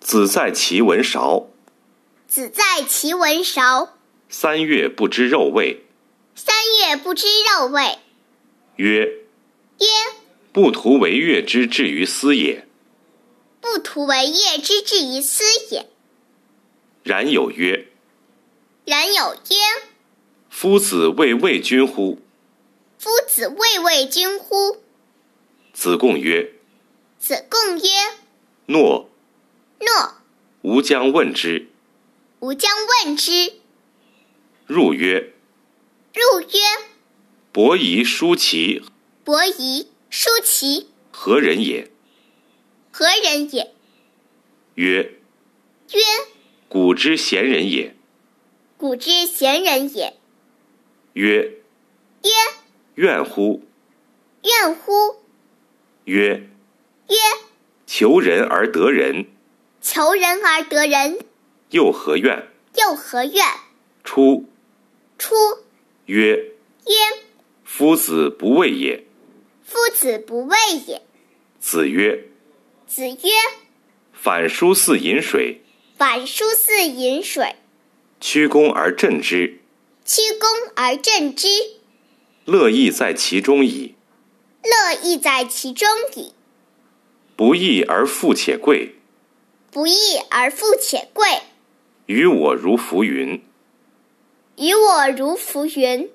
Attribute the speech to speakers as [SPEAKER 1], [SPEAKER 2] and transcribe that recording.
[SPEAKER 1] 子在其文韶，
[SPEAKER 2] 子在其文韶。
[SPEAKER 1] 三月不知肉味。
[SPEAKER 2] 三月不知肉味。
[SPEAKER 1] 曰：
[SPEAKER 2] 曰，
[SPEAKER 1] 不图为乐之至于斯也。
[SPEAKER 2] 不图为乐之至于斯也。
[SPEAKER 1] 然有曰：
[SPEAKER 2] 然有曰：
[SPEAKER 1] 夫子谓谓君乎？
[SPEAKER 2] 夫子谓谓君乎？
[SPEAKER 1] 子贡曰：
[SPEAKER 2] 子贡曰：
[SPEAKER 1] 诺，
[SPEAKER 2] 诺。
[SPEAKER 1] 吾将问之。
[SPEAKER 2] 吾将问之。
[SPEAKER 1] 入曰：
[SPEAKER 2] 入曰：
[SPEAKER 1] 伯夷、叔齐，
[SPEAKER 2] 伯夷、叔齐，
[SPEAKER 1] 何人也？
[SPEAKER 2] 何人也？
[SPEAKER 1] 曰：
[SPEAKER 2] 曰：
[SPEAKER 1] 古之贤人也。
[SPEAKER 2] 古之贤人也。
[SPEAKER 1] 曰：
[SPEAKER 2] 曰：
[SPEAKER 1] 怨乎？
[SPEAKER 2] 怨乎？
[SPEAKER 1] 曰：
[SPEAKER 2] 曰：
[SPEAKER 1] 求人而得人，
[SPEAKER 2] 求人而得人，
[SPEAKER 1] 又何怨？
[SPEAKER 2] 又何怨？
[SPEAKER 1] 出
[SPEAKER 2] 出
[SPEAKER 1] 曰：
[SPEAKER 2] 曰：
[SPEAKER 1] 夫子不畏也。
[SPEAKER 2] 夫子不畏也。
[SPEAKER 1] 子曰：
[SPEAKER 2] 子曰：
[SPEAKER 1] 反书似饮水，
[SPEAKER 2] 反书似饮水，
[SPEAKER 1] 曲肱而振之，
[SPEAKER 2] 曲肱而振之，
[SPEAKER 1] 乐亦在其中矣。
[SPEAKER 2] 乐亦在其中矣。
[SPEAKER 1] 不义而富且贵，
[SPEAKER 2] 不义而富且贵，
[SPEAKER 1] 于我如浮云。
[SPEAKER 2] 于我如浮云。